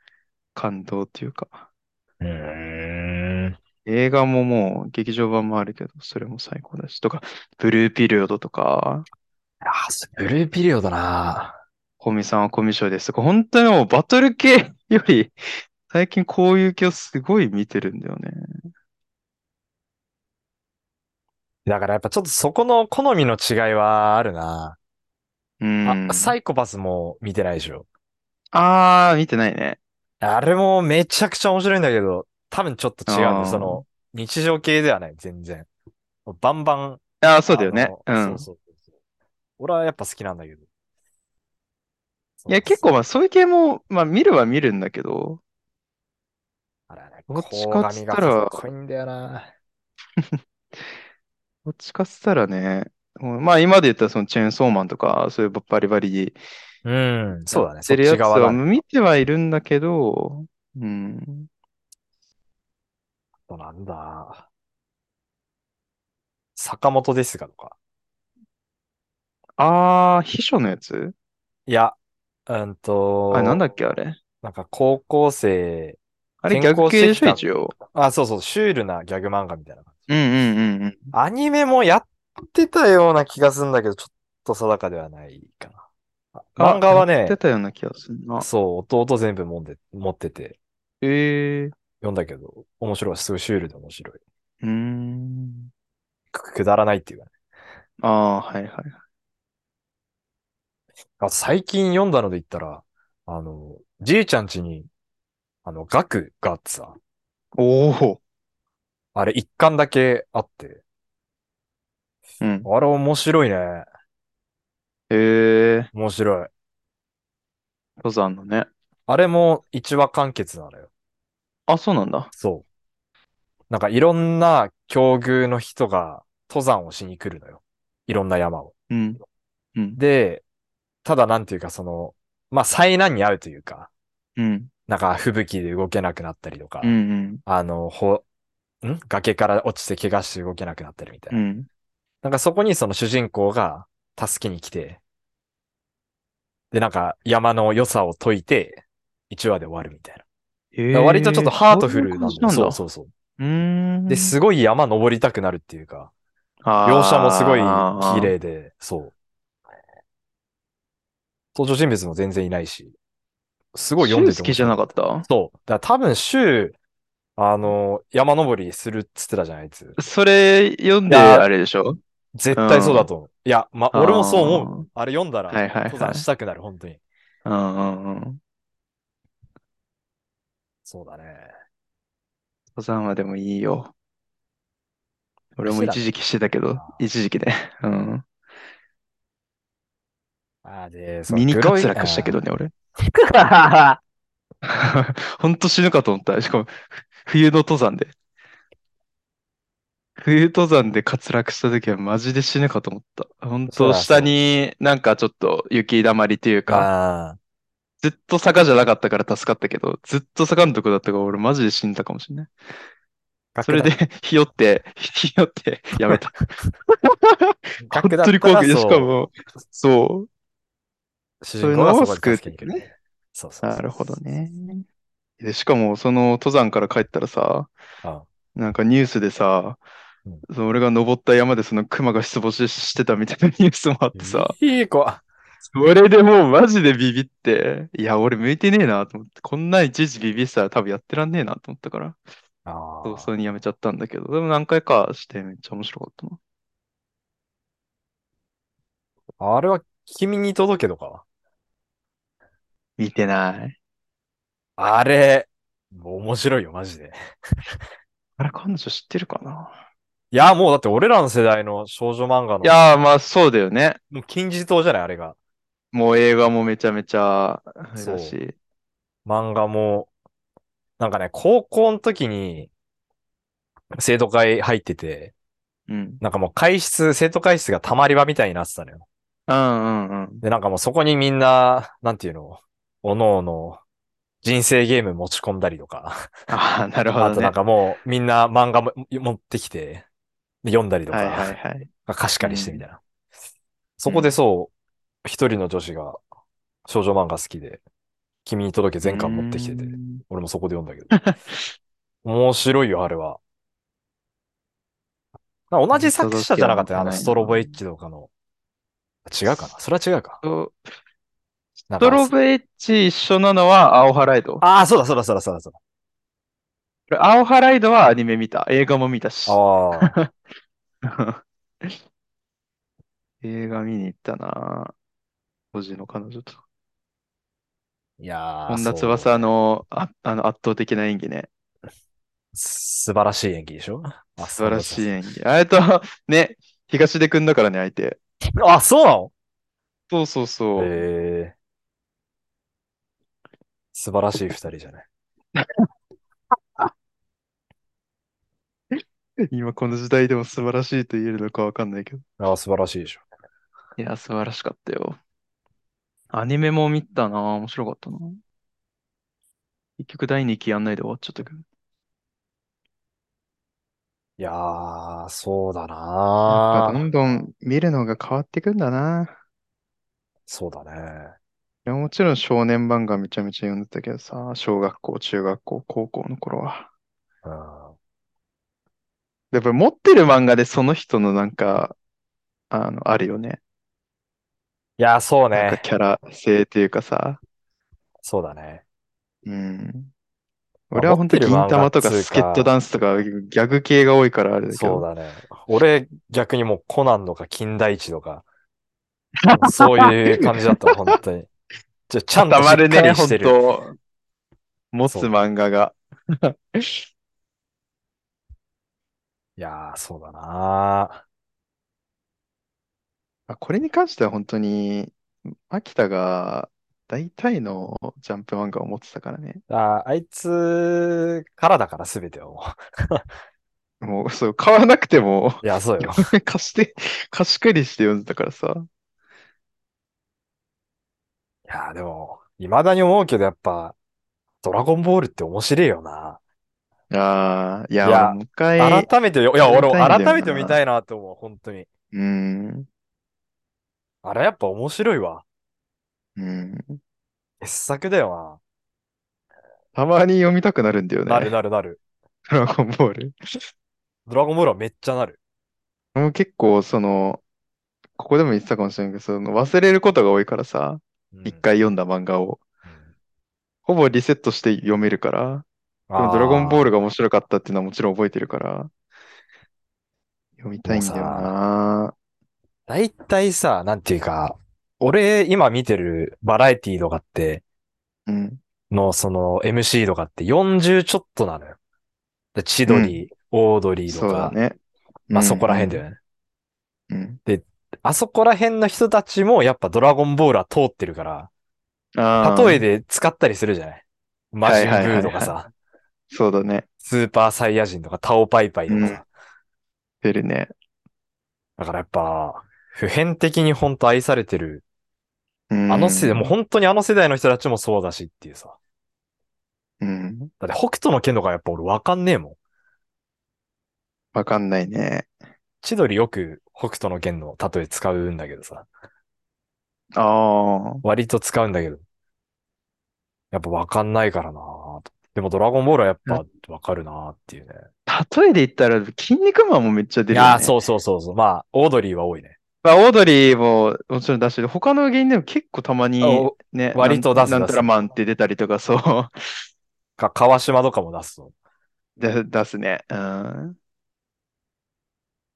Speaker 1: 感動っていうか、
Speaker 2: うーん。
Speaker 1: 映画ももう劇場版もあるけど、それも最高だし、とか、ブルーピリオドとか、
Speaker 2: あーブルーピリオドな。
Speaker 1: コミさんはコミショです。本当にもうバトル系より、 最近こういう系をすごい見てるんだよね。
Speaker 2: だからやっぱちょっとそこの好みの違いはあるな。
Speaker 1: うん。
Speaker 2: あ、サイコパスも見てないでしょ。
Speaker 1: あー、見てないね。
Speaker 2: あれもめちゃくちゃ面白いんだけど、多分ちょっと違うん
Speaker 1: あー
Speaker 2: で、その、日常系ではない、全然。バンバン。
Speaker 1: あー、そうだよね。
Speaker 2: あの
Speaker 1: うん。
Speaker 2: そうそうそうそう。俺はやっぱ好きなんだけど。
Speaker 1: いや、結構まあそういう系も、まあ見るは見るんだけど、
Speaker 2: あれね、
Speaker 1: どっち
Speaker 2: 鴻
Speaker 1: かっつ
Speaker 2: 上
Speaker 1: っ
Speaker 2: が
Speaker 1: た
Speaker 2: からっこいいんだよな。
Speaker 1: どっちかっつったらね、もうまあ今で言ったらそのチェーンソーマンとか、そういうバリバリ
Speaker 2: うん、そうだね、そ
Speaker 1: やって
Speaker 2: っ
Speaker 1: るや
Speaker 2: ち
Speaker 1: つ
Speaker 2: 側
Speaker 1: は
Speaker 2: だね。
Speaker 1: 見てはいるんだけど、うん。
Speaker 2: そうなんだ。坂本ですがとか。
Speaker 1: あー、秘書のやつ
Speaker 2: いや、うんと、
Speaker 1: あれなんだっけあれ。
Speaker 2: なんか高校生、
Speaker 1: あれ
Speaker 2: 転
Speaker 1: 逆
Speaker 2: 校して
Speaker 1: 系で
Speaker 2: き
Speaker 1: しょ、
Speaker 2: た
Speaker 1: 一応。
Speaker 2: あ、そうそう、シュールなギャグ漫画みたいな感じ。
Speaker 1: うんうんうんうん。
Speaker 2: アニメもやってたような気がするんだけど、ちょっと定かではないかな。あ
Speaker 1: あ
Speaker 2: 漫画は
Speaker 1: や
Speaker 2: ね
Speaker 1: って、たような気がするな。
Speaker 2: そう、弟全部もんで持ってて、
Speaker 1: ええ
Speaker 2: 読んだけど、面白い。すごいシュールで面白い。
Speaker 1: うーん。
Speaker 2: く、くだらないっていうかね。
Speaker 1: ああ、はいはい。
Speaker 2: あ最近読んだので言ったら、あの、じいちゃん家に、あの、ガクがあってさ、
Speaker 1: おお。
Speaker 2: あれ一巻だけあって、
Speaker 1: うん。
Speaker 2: あれ面白いね。
Speaker 1: へえ、
Speaker 2: 面白い。
Speaker 1: 登山のね。
Speaker 2: あれも一話完結なのよ。
Speaker 1: あ、そうなんだ。
Speaker 2: そう。なんかいろんな境遇の人が登山をしに来るのよ。いろんな山を。
Speaker 1: うん。うん。
Speaker 2: で、ただなんていうかその、まあ災難に遭うというか、
Speaker 1: うん。
Speaker 2: なんか吹雪で動けなくなったりとか、
Speaker 1: うんうん。
Speaker 2: あの、ほ、ん崖から落ちて怪我して動けなくなってるみたいうな。
Speaker 1: ん。
Speaker 2: なんかそこにその主人公が助けに来て、で、なんか山の良さを解いて、1話で終わるみたいな。だから割とちょっとハートフルなんだよ。そうそうそう。
Speaker 1: うーん。
Speaker 2: で、すごい山登りたくなるっていうか、描写もすごい綺麗で、そう。登場人物も全然いないし、すごい読んでて
Speaker 1: 好
Speaker 2: 面白
Speaker 1: き
Speaker 2: い
Speaker 1: じゃなかっ
Speaker 2: そう。だから多分、週、あの、山登りするっつってたじゃない、あいつ。
Speaker 1: たそれ読んで
Speaker 2: いや
Speaker 1: あれでしょ
Speaker 2: 絶対そうだと思う。いや、ま、
Speaker 1: あー
Speaker 2: 俺もそう思う。あれ読んだら、
Speaker 1: はいはいはい
Speaker 2: 登山したくなる、本当に。
Speaker 1: うんうんうん。登
Speaker 2: そうだね。
Speaker 1: 山はでもいいよ。俺も
Speaker 2: してた
Speaker 1: 一時期してたけど
Speaker 2: あ、ー
Speaker 1: 一時期ね。うん。
Speaker 2: あーで、その
Speaker 1: ミニ
Speaker 2: 黒い
Speaker 1: 滑落したけど。ね、俺。
Speaker 2: あ
Speaker 1: ほんと死ぬかと思った。しかも、ふ冬の登山で。冬登山で滑落した時はマジで死ぬかと思った。ほんと、
Speaker 2: そうだそう
Speaker 1: 下になんかちょっと雪だまりという
Speaker 2: ー
Speaker 1: か、ずっと坂じゃなかったから助かったけど、ずっと坂のとこだったから俺マジで死んだかもしれない。
Speaker 2: あー。
Speaker 1: それで、 ひよって、ひよって、やめた。
Speaker 2: 楽
Speaker 1: 本当に怖くて、
Speaker 2: そう
Speaker 1: しかも、そ
Speaker 2: 主人公がそこに助けに来
Speaker 1: そう
Speaker 2: る
Speaker 1: いうのを救うっていう。
Speaker 2: ね。そうそううそ
Speaker 1: な
Speaker 2: う。
Speaker 1: るほどね。で、しかも、その登山から帰ったらさ、
Speaker 2: あ
Speaker 1: なんかニュースでさ
Speaker 2: うん、
Speaker 1: その俺が登った山でその熊が出没してたみたいなニュースもあってさ、
Speaker 2: いい子。
Speaker 1: それでもうマジでビビって、いや、俺向いてねえなと思って、こんないちいちビビってたら多分やってらんねえなと思ったから。
Speaker 2: あ
Speaker 1: そう、
Speaker 2: ー
Speaker 1: それにやめちゃったんだけど、でも何回かしてめっちゃ面白かったな。
Speaker 2: あれは、君に届けとかは
Speaker 1: 見てない。
Speaker 2: あれ、面白いよ、マジで。
Speaker 1: あれ、彼女知ってるかない
Speaker 2: や、もうだって俺らの世代の少女漫画の、
Speaker 1: いやー、まあそうだよね。
Speaker 2: もう金字塔じゃない、あれが。
Speaker 1: もう映画もめちゃめちゃ、あれ
Speaker 2: そう
Speaker 1: だし。
Speaker 2: 漫画も、なんかね、高校の時に、生徒会入ってて、
Speaker 1: うん。
Speaker 2: なんかもう会室、生徒会室が溜まり場みたいになってたのよ。
Speaker 1: うんうんうん。
Speaker 2: で、なんかもうそこにみんな、なんていうの、おのおの、人生ゲーム持ち込んだりとか、
Speaker 1: ああ、なるほ
Speaker 2: あ
Speaker 1: ど
Speaker 2: となん
Speaker 1: ね。
Speaker 2: かもうみんな漫画も持ってきて、で読んだりと
Speaker 1: はいはい
Speaker 2: か、
Speaker 1: はい。
Speaker 2: 貸し借りしてみたいな。そこでそう、一人の女子が少女漫画好きで、君に届け全巻持ってきてて
Speaker 1: うー、ん
Speaker 2: 俺もそこで読んだけど。面白いよ、あれは。な同じ作者じゃなかったよあの、
Speaker 1: 届
Speaker 2: ス
Speaker 1: け
Speaker 2: ト
Speaker 1: は持たないな
Speaker 2: ロボエッジとかの。違うかなそれは違うか。
Speaker 1: そう
Speaker 2: なん
Speaker 1: ストロ
Speaker 2: エッジ。
Speaker 1: ベエッジ一緒なのはアオハライド。こ
Speaker 2: ああ、そうだ、そうだ、そうだ、そうだ、そう
Speaker 1: れアオハライドはアニメ見た。映画も見たし
Speaker 2: だ。。ああ。
Speaker 1: 映画見に行ったな。当時の彼女と。
Speaker 2: いやー
Speaker 1: 本
Speaker 2: そ
Speaker 1: 田
Speaker 2: う
Speaker 1: 翼の、あ、あの圧倒的な演技ね。
Speaker 2: 素晴らしい演技でしょあ
Speaker 1: 素晴らしい
Speaker 2: そう
Speaker 1: 演技。あれと、ね、東出くんだからね、相手。
Speaker 2: だそうだあ、そうなの
Speaker 1: そうそうそう。
Speaker 2: ええ素晴らしい二人じゃない。
Speaker 1: 今この時代でも素晴らしいと言えるのかわかんないけど。
Speaker 2: ああ、素晴らしいでしょ。
Speaker 1: いや、素晴らしかったよ。アニメも見たな。面白かったな。結局第2期やんないで終わっちゃったけど。
Speaker 2: いやー、そうだ
Speaker 1: やっぱ
Speaker 2: な
Speaker 1: どんどん見るのが変わってくんだな。
Speaker 2: そうだね。
Speaker 1: いや、もちろん少年漫画めちゃめちゃ読んでたけどさ、小学校、中学校、高校の頃は。
Speaker 2: うん。
Speaker 1: やっぱり持ってる漫画でその人のなんか、あの、あるよね。
Speaker 2: いや、そう
Speaker 1: なんか
Speaker 2: ね。
Speaker 1: キャラ性というかさ。
Speaker 2: そうだね。
Speaker 1: うん。俺は本当に銀
Speaker 2: まあ持って
Speaker 1: 玉と
Speaker 2: る漫画
Speaker 1: か
Speaker 2: っつうか
Speaker 1: スケットダンスとかギャグ系が多いからあれだけ
Speaker 2: そう
Speaker 1: ど。
Speaker 2: だね。俺、逆にもうコナンとか金田一 とか、そういう感じだった、本当に。じゃ、ちゃんと
Speaker 1: た
Speaker 2: し
Speaker 1: まる
Speaker 2: っか
Speaker 1: ね、
Speaker 2: りし
Speaker 1: 本
Speaker 2: てる。
Speaker 1: 当。持つ
Speaker 2: そう
Speaker 1: 漫画が。
Speaker 2: いやー、そうだな
Speaker 1: あこれに関しては本当に、秋田が大体のジャンプ漫画を持ってたからね。
Speaker 2: ー。あー、あいつからだから、すべてを。
Speaker 1: もう、そう、買わなくて も、
Speaker 2: いや、そうよ。
Speaker 1: 貸して、貸し借りして読んでたからさ。
Speaker 2: いやー、でも、未だに思うけど、やっぱ、ドラゴンボールって面白いよな。
Speaker 1: ああ、いや、
Speaker 2: いや
Speaker 1: 俺もう一回、
Speaker 2: 改めてよ、いや、俺、
Speaker 1: 見たいんだよな
Speaker 2: 改めて見たいなと思う、本当に。
Speaker 1: うん、
Speaker 2: あれ、やっぱ面白いわ。
Speaker 1: うん。
Speaker 2: 傑作だよ
Speaker 1: たまに読みたくなるんだよ
Speaker 2: な。なる
Speaker 1: ね。
Speaker 2: なるなる。
Speaker 1: ドラゴンボール。
Speaker 2: ドラゴンボールはめっちゃなる。
Speaker 1: もう結構、その、ここでも言ってたかもしれんけど、その忘れることが多いからさ、
Speaker 2: うん
Speaker 1: 一回読んだ漫画を、
Speaker 2: うん
Speaker 1: ほぼリセットして読めるから、でもドラゴンボールが面白かったっていうのはもちろん覚えてるから、読みたいんだよな。
Speaker 2: 大体さ、なんていうか、俺今見てるバラエティとかって、
Speaker 1: うん、
Speaker 2: のその MC とかって40ちょっとなのよ。で千鳥、オードリーと
Speaker 1: そうだ
Speaker 2: か、
Speaker 1: ね。
Speaker 2: まあそこら辺だよね。
Speaker 1: うん。うん
Speaker 2: あそこら辺の人たちもやっぱドラゴンボールは通ってるから、
Speaker 1: ああ、
Speaker 2: 例えで使ったりするじゃないマジンブーとか
Speaker 1: はいはいはい
Speaker 2: さ、
Speaker 1: そうだね。
Speaker 2: スーパーサイヤ人とかタオパイパイとかさ。
Speaker 1: うん出るね。
Speaker 2: だからやっぱ、普遍的にほんと愛されてる。
Speaker 1: うん
Speaker 2: あの世代、もう本当にあの世代の人たちもそうだしっていうさ。
Speaker 1: うん。
Speaker 2: だって北斗の剣とかやっぱ俺わかんねえもん。
Speaker 1: わかんないね。
Speaker 2: 千鳥よく北斗の剣の例え使うんだけどさ。
Speaker 1: ああ、
Speaker 2: 割と使うんだけど。やっぱわかんないからなぁとでもドラゴンボールはやっぱわかるなぁっていうね。
Speaker 1: 例えで言ったら、筋肉マンもめっちゃ出る
Speaker 2: い
Speaker 1: よね。
Speaker 2: やーそうそうそうそう。まあ、オードリーは多いね。
Speaker 1: まあ、オードリーももちろん出してる、他の芸人でも結構たまに
Speaker 2: あお
Speaker 1: ね、
Speaker 2: 割と出す
Speaker 1: なん
Speaker 2: 出
Speaker 1: な
Speaker 2: す
Speaker 1: んたらマンって出たりとか、そ
Speaker 2: か、川島とかも出すと。
Speaker 1: う、で出すね。うん。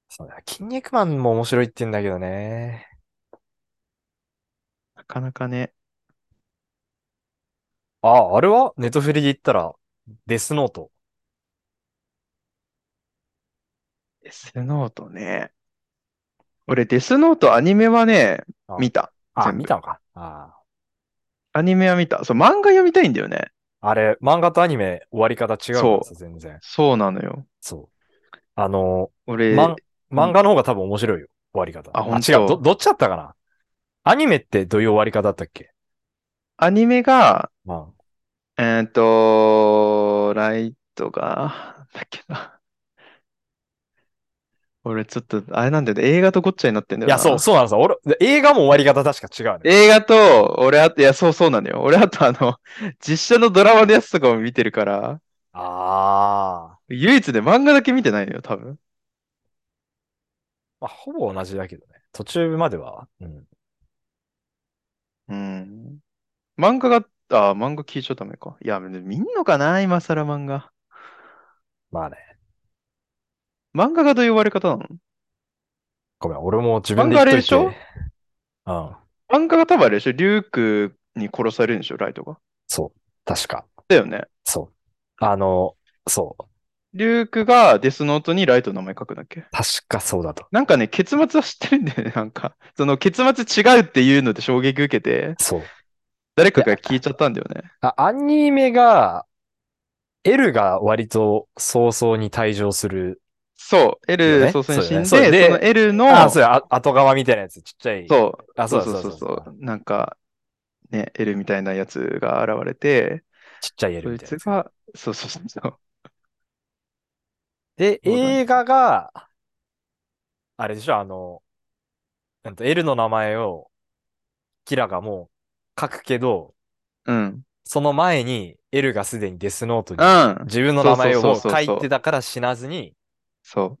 Speaker 2: そうね。筋肉マンも面白いって言うんだけどね。
Speaker 1: なかなかね。
Speaker 2: あ、あれはネットフリで言ったら、デスノート。
Speaker 1: デスノートね。俺、デスノートアニメはね
Speaker 2: あ、
Speaker 1: 見た。
Speaker 2: あ、
Speaker 1: 全部
Speaker 2: 見たのか。あ
Speaker 1: アニメは見た。そう、漫画読みたいんだよね。
Speaker 2: ーあれ、漫画とアニメ終わり方違うからさ、全然。
Speaker 1: そうなのよ。
Speaker 2: そう。あの
Speaker 1: 俺、
Speaker 2: まん、漫画の方が多分面白いよ、終わり方。
Speaker 1: あ本当
Speaker 2: 違う、ど、どっちだったかなアニメってどういう終わり方だったっけ
Speaker 1: アニメが、
Speaker 2: ま
Speaker 1: えっと、ライトが、なんだっけな。俺、ちょっと、あれなんだよね。映画とごっちゃになってんだ
Speaker 2: あ、い
Speaker 1: よ
Speaker 2: や、
Speaker 1: な。
Speaker 2: そう、そうなんですよ。俺、で映画も終わり方確か違うね。
Speaker 1: 映画と、俺、あと、いや、そうそうなのよ。俺、あと、あの、実写のドラマのやつとかも見てるから、
Speaker 2: あ
Speaker 1: 唯一で漫画だけ見てないのよ、多分。
Speaker 2: ーまあ、ほぼ同じだけどね。途中までは。うん。
Speaker 1: うん。漫画が、あ、漫画聞いちゃダメか。いや、見んのかな、今更漫画。
Speaker 2: まあね。
Speaker 1: 漫画がどういう終わり方なの
Speaker 2: ごめん、俺も自分で言っとい
Speaker 1: 漫
Speaker 2: て。
Speaker 1: 画あれで
Speaker 2: うん。
Speaker 1: 漫画が多分あれでしょリュウクに殺されるんでしょライトが。
Speaker 2: そう。確か。
Speaker 1: だよね。
Speaker 2: そう。あの、そう。
Speaker 1: リュークがデスノートにライトの名前書くんだっけ
Speaker 2: 確かそうだと。
Speaker 1: なんかね、結末は知ってるんだよね、 なんか。その結末違うっていうので衝撃受けて、
Speaker 2: そう。
Speaker 1: 誰かが聞いちゃったんだよね。
Speaker 2: あ、アニメが、L が割と早々に退場する。
Speaker 1: そう、
Speaker 2: よ
Speaker 1: L
Speaker 2: ね
Speaker 1: 早々に死んで、
Speaker 2: そ
Speaker 1: そう
Speaker 2: だよねそう
Speaker 1: の L の、
Speaker 2: あ、そうや、あ後側みたいなやつ、ちっちゃい。
Speaker 1: そう
Speaker 2: あ、そうだそうだ
Speaker 1: そう
Speaker 2: そうだ
Speaker 1: そうなんか、ね、L みたいなやつが現れて、
Speaker 2: ちっちゃい L
Speaker 1: そ
Speaker 2: み
Speaker 1: い
Speaker 2: たい
Speaker 1: つ
Speaker 2: なや
Speaker 1: が、そうそうそうそう。
Speaker 2: つ。で、
Speaker 1: そうだね
Speaker 2: 映画が、あれでしょ、あの、なんと L の名前を、キラがもう書くけど、
Speaker 1: うん、うん、
Speaker 2: その前に L がすでにデスノートに
Speaker 1: うん
Speaker 2: 自分の名前をもう
Speaker 1: そうそうそう
Speaker 2: 書
Speaker 1: そう
Speaker 2: いてたから死なずに、
Speaker 1: そ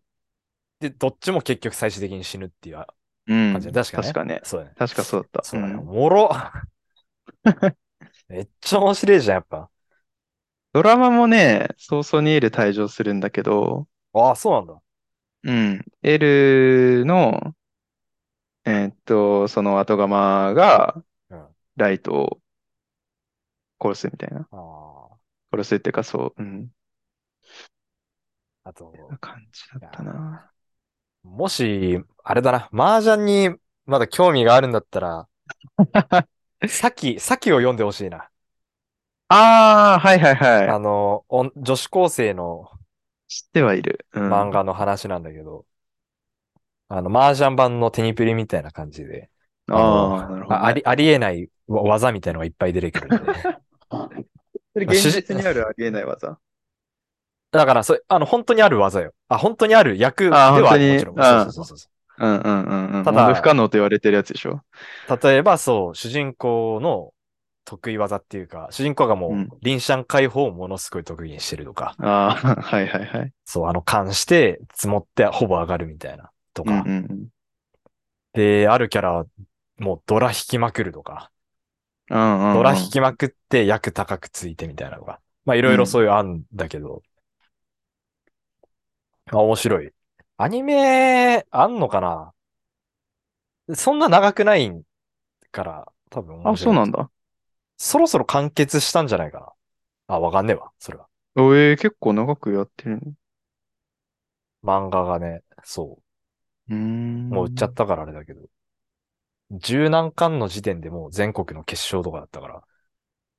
Speaker 2: で、どっちも結局最終的に死ぬっていう、あ
Speaker 1: う。うん、
Speaker 2: 感じだね確かね
Speaker 1: 確かね。
Speaker 2: そうだね。
Speaker 1: 確かそうだった。
Speaker 2: そうだね。
Speaker 1: ん
Speaker 2: おもろめっちゃ面白いじゃん、やっぱ。
Speaker 1: ドラマもね、早々にエル退場するんだけど、
Speaker 2: ああ、そうなんだ。
Speaker 1: うん、エルの、えーっと、その後釜が
Speaker 2: うん、
Speaker 1: ライトを殺すみたいな。
Speaker 2: あ
Speaker 1: 殺すっていうか、そう、うん、
Speaker 2: あ。あと、
Speaker 1: 感じだったな。
Speaker 2: もし、あれだな、麻雀にまだ興味があるんだったら、先、先を読んでほしいな。
Speaker 1: ああ、はいはいは
Speaker 2: あの、おん女子高生の
Speaker 1: い。知ってはいる。うん。
Speaker 2: 漫画の話なんだけど、あの、麻雀版のテニプリみたいな感じで、
Speaker 1: ああ、
Speaker 2: の
Speaker 1: なるほど
Speaker 2: ああり、ありえないわ技みたいのがいっぱい出てくるんで。
Speaker 1: それ現実にあるありえない技。
Speaker 2: だから、それ、あの、本当にある技よ。あ、本当にある役で
Speaker 1: あ
Speaker 2: はある、もち
Speaker 1: 本当
Speaker 2: ろ
Speaker 1: に
Speaker 2: ん。そうそうそうそ
Speaker 1: うんうんうんうん。
Speaker 2: ただ
Speaker 1: 本当不可能と言われてるやつでしょ。
Speaker 2: う。例えば、そう、主人公の得意技っていうか、主人公がも
Speaker 1: うん
Speaker 2: う、臨シャン解放をものすごい得意にしてるとか、
Speaker 1: ああ、 はいはいはい。
Speaker 2: そう、あの、関して、積もってほぼ上がるみたいな、と
Speaker 1: うん
Speaker 2: か
Speaker 1: うん。うん。
Speaker 2: で、あるキャラは、もう、ドラ引きまくるとか、
Speaker 1: うんうんうん
Speaker 2: ドラ引きまくって、役高くついてみたいなのが。まあ、いろいろそういう案だけど。まあ、面白い。アニメ、あんのかなそんな長くないから、多分面
Speaker 1: あ、
Speaker 2: 白
Speaker 1: そ
Speaker 2: いう
Speaker 1: なんだ。
Speaker 2: そろそろ完結したんじゃないかな。あ、わかんねえわ、それは。
Speaker 1: えー、結構長くやってるね。
Speaker 2: 漫画がね、そう
Speaker 1: ーん。
Speaker 2: う。もう売っちゃったからあれだけど。十何巻の時点でもう全国の決勝とかだったから、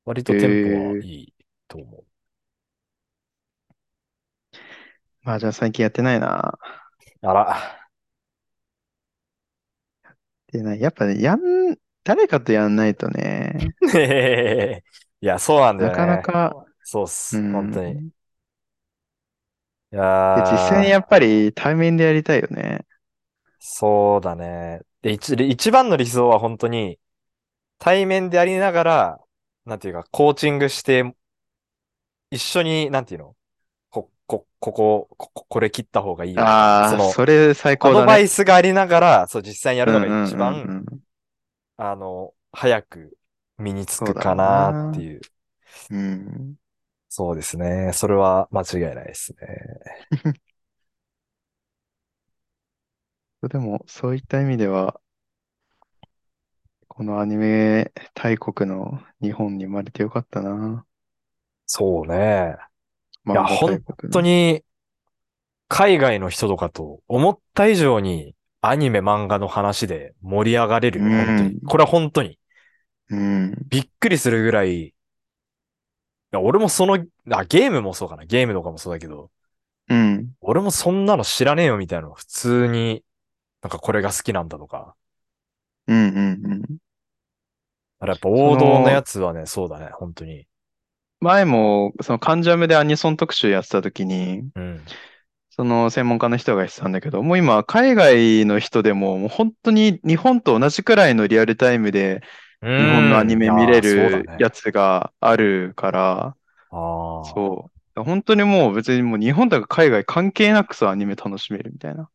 Speaker 2: 割とテンポはいいと思う。
Speaker 1: まあじゃあ最近やってないな。
Speaker 2: あら。
Speaker 1: でない。やっぱね、やん、誰かとやんないとね、
Speaker 2: いや、そうなんだよ
Speaker 1: な
Speaker 2: ね。
Speaker 1: かなか、
Speaker 2: そうっす。
Speaker 1: うん。
Speaker 2: 本当に。い
Speaker 1: で
Speaker 2: やー
Speaker 1: 実際にやっぱり対面でやりたいよね。
Speaker 2: そうだね。で、一、一番の理想は本当に、対面でありながら、なんていうか、コーチングして、一緒に、なんていうのこ、こ、ここ、こ、ここれ切った方がいいよ。
Speaker 1: ああ、
Speaker 2: その、
Speaker 1: それ最
Speaker 2: ア
Speaker 1: 高
Speaker 2: ド
Speaker 1: だ
Speaker 2: バ
Speaker 1: ね。
Speaker 2: イスがありながら、そう、実際にやるのが一
Speaker 1: うんうん
Speaker 2: 番、
Speaker 1: うん
Speaker 2: あの、早く身につ
Speaker 1: そ
Speaker 2: く
Speaker 1: うだ
Speaker 2: かなっていう。
Speaker 1: うんうん。
Speaker 2: そうですね。それは間違いないですね。
Speaker 1: うん。でも、そういった意味では、このアニメ大国の日本に生まれてよかったな。
Speaker 2: そうね。
Speaker 1: 漫
Speaker 2: い
Speaker 1: 画
Speaker 2: や
Speaker 1: 大
Speaker 2: 本
Speaker 1: 国
Speaker 2: 当
Speaker 1: の。
Speaker 2: に、海外の人とかと思った以上にアニメ漫画の話で盛り上がれるよ。
Speaker 1: うん
Speaker 2: 本当に。これは本当に。
Speaker 1: うん。
Speaker 2: びっくりするぐらい、いや俺もその、あ、ゲームもそうかな。ゲームとかもそうだけど、
Speaker 1: うん。
Speaker 2: 俺もそんなの知らねえよみたいなの普通に、なんかこれが好きなんだとか。
Speaker 1: うんうんうん。
Speaker 2: だからやっぱ王道のやつはね、そうだね。本当に。
Speaker 1: 前も、その関ジャムでアニソン特集やってた時に、
Speaker 2: うん。
Speaker 1: その専門家の人が言ってたんだけど、もう今、海外の人でも、もう本当に日本と同じくらいのリアルタイムで、
Speaker 2: 日
Speaker 1: 日本のアニメ見れるや
Speaker 2: つ。
Speaker 1: つがあるから、
Speaker 2: あー
Speaker 1: そう。本当にもう別にもう日本とか海外関係なくさ、アニメ楽しめるみたいな。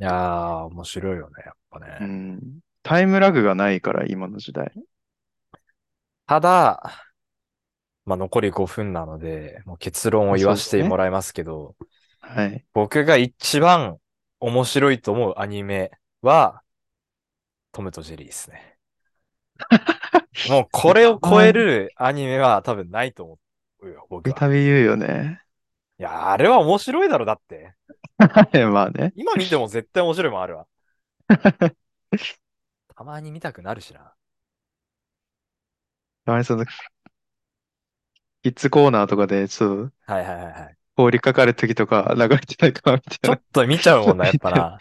Speaker 2: いやー、面白いよね、やっぱね。
Speaker 1: うん。タイムラグがないから、今の時代。
Speaker 2: ただ、まあ、残り5分なので、もう結論を言わせてもらいますけど、
Speaker 1: はい。
Speaker 2: 僕が一番面白いと思うアニメは、トムとジェリーで すね。もうこれを超えるアニメは多分ないと思うよ、僕
Speaker 1: たびた
Speaker 2: は。
Speaker 1: び言うよね。
Speaker 2: いや、あれは面白いだろ、だって。
Speaker 1: はい、まあね。
Speaker 2: 今見ても絶対面白いもん、あ るわ。たまに見たくなるしな。
Speaker 1: たまにその、キッズコーナーとかで、ちょっと、
Speaker 2: はいはいはいはい。
Speaker 1: 通りかかる時とか流れてないかな、み
Speaker 2: ち
Speaker 1: た
Speaker 2: ょ
Speaker 1: いな
Speaker 2: っ。と見ちゃうもんな、やっぱ な。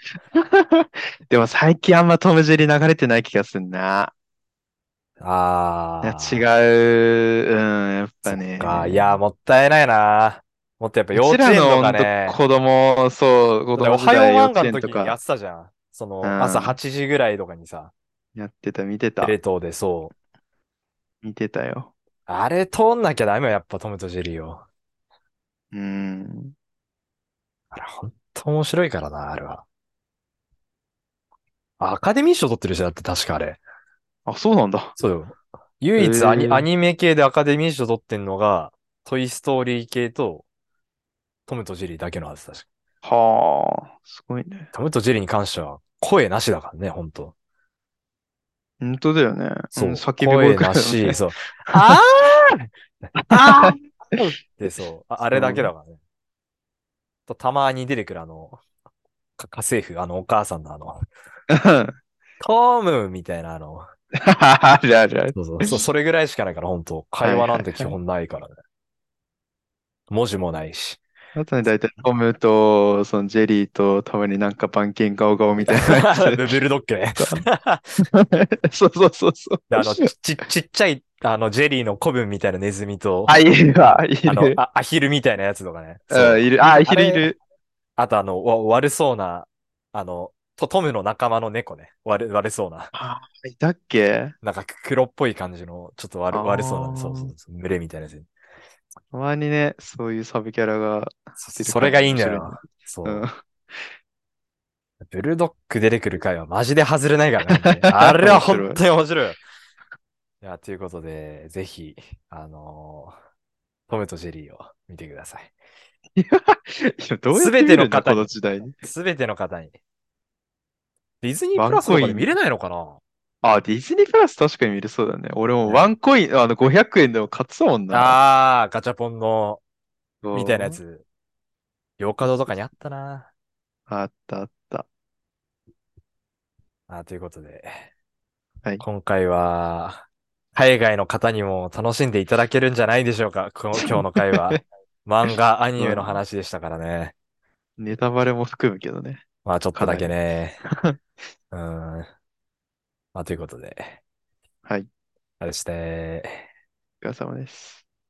Speaker 1: でも最近あんまトムジェリー流れてない気がすんな。
Speaker 2: あ
Speaker 1: いや、
Speaker 2: ー。
Speaker 1: 違う。うん、やっぱね。
Speaker 2: そっか、いや、もったいないな。もっとやっぱ幼
Speaker 1: うち
Speaker 2: 稚
Speaker 1: ら
Speaker 2: 園
Speaker 1: のほ
Speaker 2: とか
Speaker 1: んと
Speaker 2: ね。
Speaker 1: 子供、そう、子
Speaker 2: だって
Speaker 1: 供
Speaker 2: お
Speaker 1: 時
Speaker 2: はよう
Speaker 1: 代、幼
Speaker 2: 漫
Speaker 1: 稚
Speaker 2: 画の
Speaker 1: 園と
Speaker 2: 時にや
Speaker 1: か
Speaker 2: ってたじゃん。そ
Speaker 1: う
Speaker 2: の、
Speaker 1: ん
Speaker 2: 朝8時ぐらいとかにさ、
Speaker 1: やってた、見て
Speaker 2: テ
Speaker 1: た、
Speaker 2: レ東でそう。
Speaker 1: 見てたよ。
Speaker 2: あれ通んなきゃダメよ、やっぱトムとジェリーを。
Speaker 1: うん。
Speaker 2: あれ、ほんと面白いからな、あれは。アカデミー賞取ってるじゃん、だって確かあれ。
Speaker 1: あ、そうなんだ。
Speaker 2: そうよ。唯一アニ、
Speaker 1: へー
Speaker 2: アニメ系でアカデミー賞取ってんのが、トイ・ストーリー系と、トムとジェリーだけのはずだし。
Speaker 1: はあ、すごいね。
Speaker 2: トムとジェリーに関しては、声なしだからね、ほんと。
Speaker 1: 本当だよね。
Speaker 2: そう。
Speaker 1: ん叫び
Speaker 2: 声
Speaker 1: 声から
Speaker 2: な
Speaker 1: だよ
Speaker 2: し、
Speaker 1: ね。
Speaker 2: そう。 ああ あーで、そう。ああれだけだからね。と、たまに出てくるあの、か家政婦、あの、お母さんのあの、トムみたいなあの、
Speaker 1: あるあるある。
Speaker 2: そうそうそう、それぐらいしかないから、本当会話なんて基本ないからね。文字もない し。
Speaker 1: あとね、だいたいトムと、そのジェリーと、たまになんか番犬ガオガオみたいなやつ
Speaker 2: ブルドッグね。
Speaker 1: そうそうそうそう。
Speaker 2: であの、ち、ちちっちゃい、あの、ジェリーの子分みたいなネズミと、
Speaker 1: あ、いるわ、い
Speaker 2: あの
Speaker 1: る。
Speaker 2: あ、アヒルみたいなやつとかね。そう
Speaker 1: うん、いる。あ、い
Speaker 2: あれ
Speaker 1: るいる。
Speaker 2: あと、あの、わ悪そうな、あの、トトムの仲間の猫ね。悪、悪そうな。
Speaker 1: あ、いたっけ
Speaker 2: なんか黒っぽい感じの、ちょっと悪、
Speaker 1: あー
Speaker 2: 悪そうな、そうそうそう、群れみたいなやつ。
Speaker 1: たまにね、そういうサブキャラが
Speaker 2: そ
Speaker 1: 出てくる
Speaker 2: それがいいんだ
Speaker 1: 面
Speaker 2: よ。そう。
Speaker 1: 白いな。
Speaker 2: ブルドッグ出てくる回はマジで外れないからね。 本当にあれは本当に面白い。いや、ということで、ぜひ、あのートムとジェリーを見てください。
Speaker 1: うん。いや、どうやって
Speaker 2: 全
Speaker 1: 見
Speaker 2: て
Speaker 1: る
Speaker 2: の
Speaker 1: んだ、こ
Speaker 2: 方に
Speaker 1: の時代に。
Speaker 2: すべての方に。ディズニープラスとかで見れないのかな
Speaker 1: あ、ディズニープラス確かに見れそうだね。俺も
Speaker 2: ね
Speaker 1: ワンコイン、あの、500円でも買ってたもんな。
Speaker 2: ああー、ガチャポンの、
Speaker 1: そう
Speaker 2: みたいなや。つ。ヨーカドーとかにあったな。
Speaker 1: あったあった。
Speaker 2: あーということで、
Speaker 1: はい
Speaker 2: 今回は、海外の方にも楽しんでいただけるんじゃないでしょう か。この今日の回は。漫画、アニメの話でしたからね。
Speaker 1: ネタバレも含むけどね。
Speaker 2: まあちょっとだけね。うん。まあということで、
Speaker 1: はい。
Speaker 2: あれして、
Speaker 1: お疲れ様です。